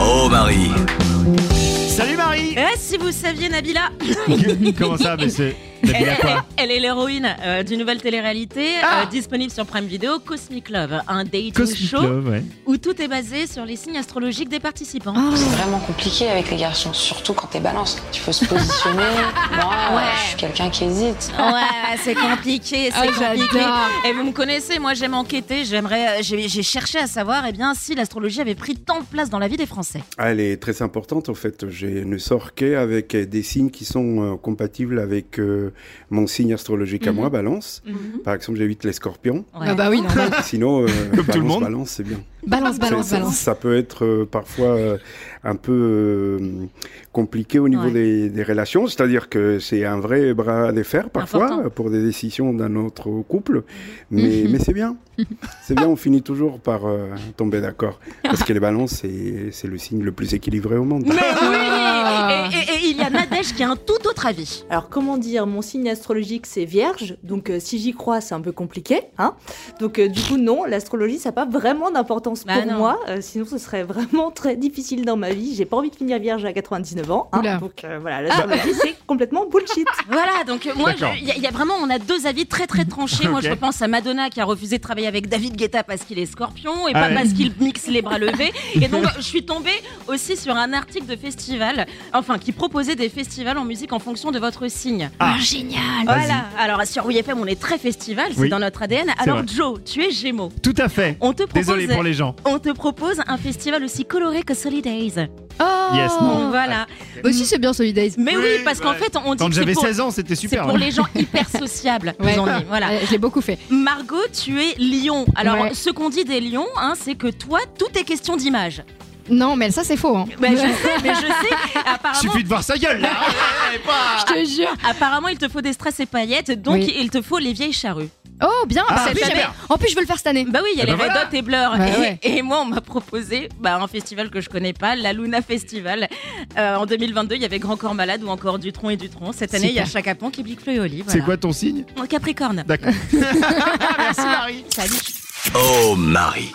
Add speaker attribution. Speaker 1: Oh Marie
Speaker 2: Salut Marie
Speaker 3: Eh, si vous saviez Nabila,
Speaker 2: Comment ça, mais c'est... T'as
Speaker 3: elle,
Speaker 2: bien quoi
Speaker 3: elle est l'héroïne euh, d'une nouvelle télé-réalité euh,
Speaker 2: Ah
Speaker 3: disponible sur Prime Video, Cosmic Love, un dating
Speaker 2: Cosmic
Speaker 3: show
Speaker 2: Love, ouais.
Speaker 3: où tout est basé sur les signes astrologiques des participants.
Speaker 4: C'est vraiment compliqué avec les garçons, surtout quand t'es balance. Il faut se positionner. Moi, je suis quelqu'un qui hésite.
Speaker 3: Ah. Ouais, ouais, c'est compliqué, c'est compliqué. Ah, Et vous me connaissez, moi j'aime enquêter, j'aimerais, euh, j'ai j'ai cherché à savoir eh bien, si l'astrologie avait pris tant de place dans la vie des Français.
Speaker 5: Ah, Elle est très importante en fait. Je ne sors qu'avec des signes qui sont euh, compatibles avec euh, mon signe astrologique à moi, Balance. Par exemple, j'évite les scorpions.
Speaker 3: Ouais.
Speaker 6: Ah bah oui, normal.
Speaker 5: Sinon, euh,
Speaker 2: Comme tout le
Speaker 5: Balance,
Speaker 2: monde.
Speaker 5: Balance, c'est bien.
Speaker 6: Balance, balance,
Speaker 5: C'est- c'est-
Speaker 6: balance.
Speaker 5: Ça peut être euh, parfois euh, un peu euh, compliqué au niveau
Speaker 3: Ouais.
Speaker 5: des, des relations, c'est-à-dire que c'est un vrai bras de fer parfois
Speaker 3: Important.
Speaker 5: euh, pour des décisions d'un autre couple, mais, mais c'est bien. C'est bien, on finit toujours par euh, tomber d'accord, parce que les balances, c'est- c'est le signe le plus équilibré au monde.
Speaker 3: Mais oui
Speaker 6: Ah.
Speaker 3: et, et- et il y a Nadège qui a un tout autre avis.
Speaker 7: Alors comment dire, mon signe astrologique c'est vierge, donc euh, si j'y crois c'est un peu compliqué. Hein donc euh, du coup non, l'astrologie ça n'a pas vraiment d'importance
Speaker 3: Bah
Speaker 7: pour
Speaker 3: non.
Speaker 7: moi, euh, sinon ce serait vraiment très difficile dans ma vie. J'ai pas envie de finir vierge à 99 ans. hein.
Speaker 6: Oula.
Speaker 7: donc euh,
Speaker 3: Ah.
Speaker 7: voilà, l'astrologie c'est complètement bullshit.
Speaker 3: Voilà, donc euh, moi,
Speaker 2: D'accord.
Speaker 3: je- il y, a- il y a vraiment, on a deux avis très très tranchés. Moi, je
Speaker 2: Ok.
Speaker 3: repense à Madonna qui a refusé de travailler avec David Guetta parce qu'il est scorpion et
Speaker 2: Ah
Speaker 3: pas
Speaker 2: ouais.
Speaker 3: parce qu'il mixe les bras levés. Et donc, je suis tombée aussi sur un article de festival, enfin, qui proposait des festivals en musique en fonction de votre signe.
Speaker 2: Ah.
Speaker 3: Oh, génial
Speaker 2: Vas-y.
Speaker 3: Voilà, alors sur WeFM, on est très festival, c'est
Speaker 2: Oui.
Speaker 3: dans notre ADN. Alors,
Speaker 2: vrai.
Speaker 3: Joe, tu es Gémeaux.
Speaker 2: Tout à fait.
Speaker 3: On te propose.
Speaker 2: Désolé pour les gens.
Speaker 3: On te propose un festival aussi coloré que Solidays.
Speaker 6: Oh
Speaker 2: Yes, non.
Speaker 3: Voilà.
Speaker 6: Aussi, c'est bien Solidays.
Speaker 3: Mais oui,
Speaker 2: Oui,
Speaker 3: parce qu'en
Speaker 2: ouais.
Speaker 3: fait, on dit
Speaker 2: Quand
Speaker 3: que c'est
Speaker 2: j'avais
Speaker 3: pour-
Speaker 2: 16 ans, c'était
Speaker 3: c'est
Speaker 2: super. hein.
Speaker 3: pour
Speaker 2: ouais.
Speaker 3: les gens hyper sociables.
Speaker 6: Ouais.
Speaker 3: ils ont dit, voilà.
Speaker 6: Ouais, Euh, Je l'ai beaucoup fait.
Speaker 3: Margot, tu es lion. Alors,
Speaker 6: Ouais.
Speaker 3: ce qu'on dit des lions, hein, c'est que toi, tout est question d'image.
Speaker 6: Non, mais ça, c'est faux. hein.
Speaker 3: Ben, je sais, mais je sais. Apparemment,
Speaker 2: Suffit de voir sa gueule, là Ouais, pas-
Speaker 6: Je te jure.
Speaker 3: apparemment, il te faut des stress et paillettes, donc
Speaker 6: Oui.
Speaker 3: il te faut les vieilles charrues.
Speaker 6: Oh, bien.
Speaker 2: Ah,
Speaker 6: bah, en, plus,
Speaker 2: super.
Speaker 6: j'avais- en plus, je veux le faire cette année.
Speaker 3: Bah oui, il y a
Speaker 2: Eh
Speaker 3: les
Speaker 2: ben
Speaker 3: Red
Speaker 2: voilà.
Speaker 3: Hot et Blur.
Speaker 6: Ouais,
Speaker 3: et,
Speaker 6: ouais.
Speaker 3: et moi, on m'a proposé bah, un festival que je connais pas, la Luna Festival. Euh, en 2022, il y avait Grand Corps Malade ou encore Dutron et Dutron. Cette année, il y a Chaka Ponk et Big Flo et Oli.
Speaker 2: C'est
Speaker 3: Voilà.
Speaker 2: quoi ton signe
Speaker 3: Capricorne.
Speaker 2: D'accord. Merci Marie.
Speaker 3: Salut.
Speaker 1: Oh Marie